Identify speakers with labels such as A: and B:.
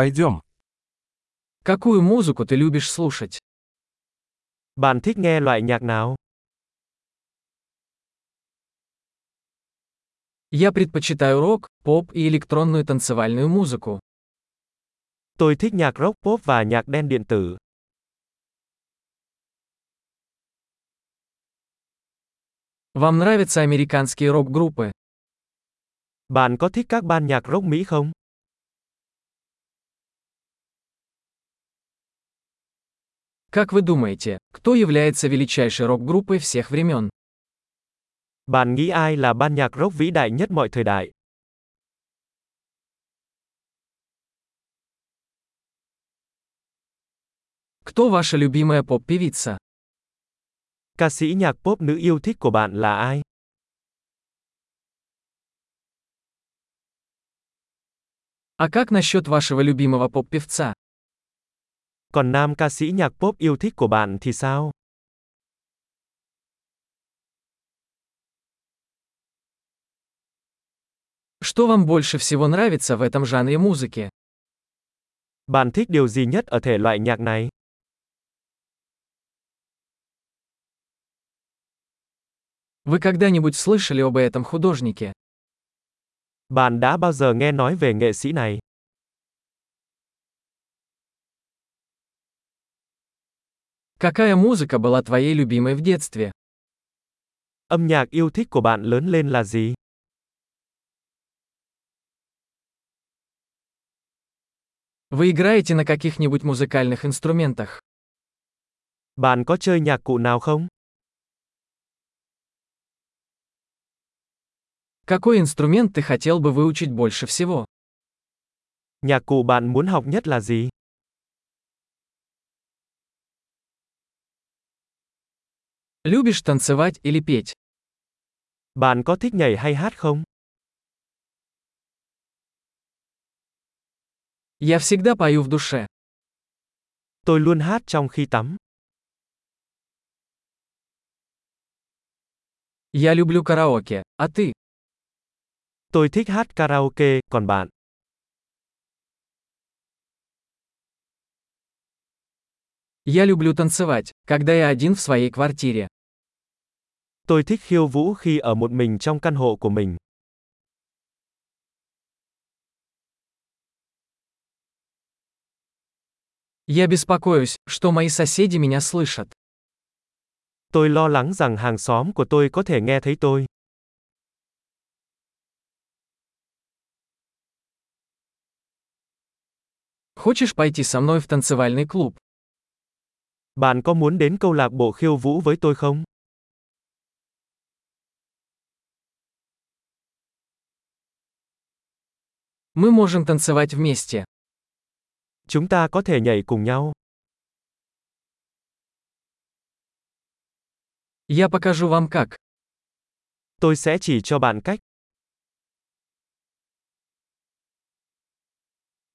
A: Пойдем.
B: Какую музыку ты любишь слушать?
C: Bạn thích nghe loại nhạc nào?
B: Я предпочитаю рок, поп и электронную танцевальную музыку.
C: Tôi thích nhạc rock pop và nhạc đen điện tử.
B: Вам нравятся американские рок-группы?
C: Bạn có thích các ban nhạc rock Mỹ không?
B: Как вы думаете, кто является величайшей рок-группой всех времен?
C: Bạn nghĩ ai là ban nhạc rock vĩ đại nhất mọi thời đại?
B: Кто ваша любимая поп-певица?
C: Ca sĩ nhạc pop nữ yêu thích của bạn là ai?
B: А как насчет вашего любимого поп-певца?
C: Còn nam ca sĩ nhạc pop yêu thích của bạn thì sao?
B: Что вам больше всего нравится в этом жанре музыки?
C: Bạn thích điều gì nhất ở thể loại nhạc này?
B: Вы когда-нибудь слышали об этом художнике?
C: Bạn đã bao giờ nghe nói về nghệ sĩ này?
B: Какая музыка была твоей любимой в детстве?
C: Âm nhạc yêu thích của bạn lớn lên là gì?
B: Вы играете на каких-нибудь музыкальных инструментах?
C: Bạn có chơi nhạc cụ nào không?
B: Какой инструмент ты хотел бы выучить больше всего?
C: Nhạc cụ bạn muốn học nhất là gì?
B: Любишь танцевать или петь?
C: Bạn có thích nhảy hay hát không?
B: Я всегда пою в душе.
C: Tôi luôn hát trong khi tắm.
B: Я люблю караоке, а ты?
C: Tôi thích hát karaoke, còn bạn?
B: Я люблю танцевать, когда я один в своей квартире.
C: Tôi thích khiêu vũ khi ở một mình trong căn hộ của mình.
B: Я беспокоюсь, что мои соседи меня слышат.
C: Tôi lo lắng rằng hàng xóm của tôi có thể nghe thấy tôi.
B: Хочешь пойти со мной в танцевальный клуб?
C: Bạn có muốn đến câu lạc bộ khiêu vũ với tôi không?
B: Мы можем танцевать вместе.
C: Chúng ta có thể nhảy cùng nhau.
B: Я покажу вам как.
C: Tôi sẽ chỉ cho bạn cách.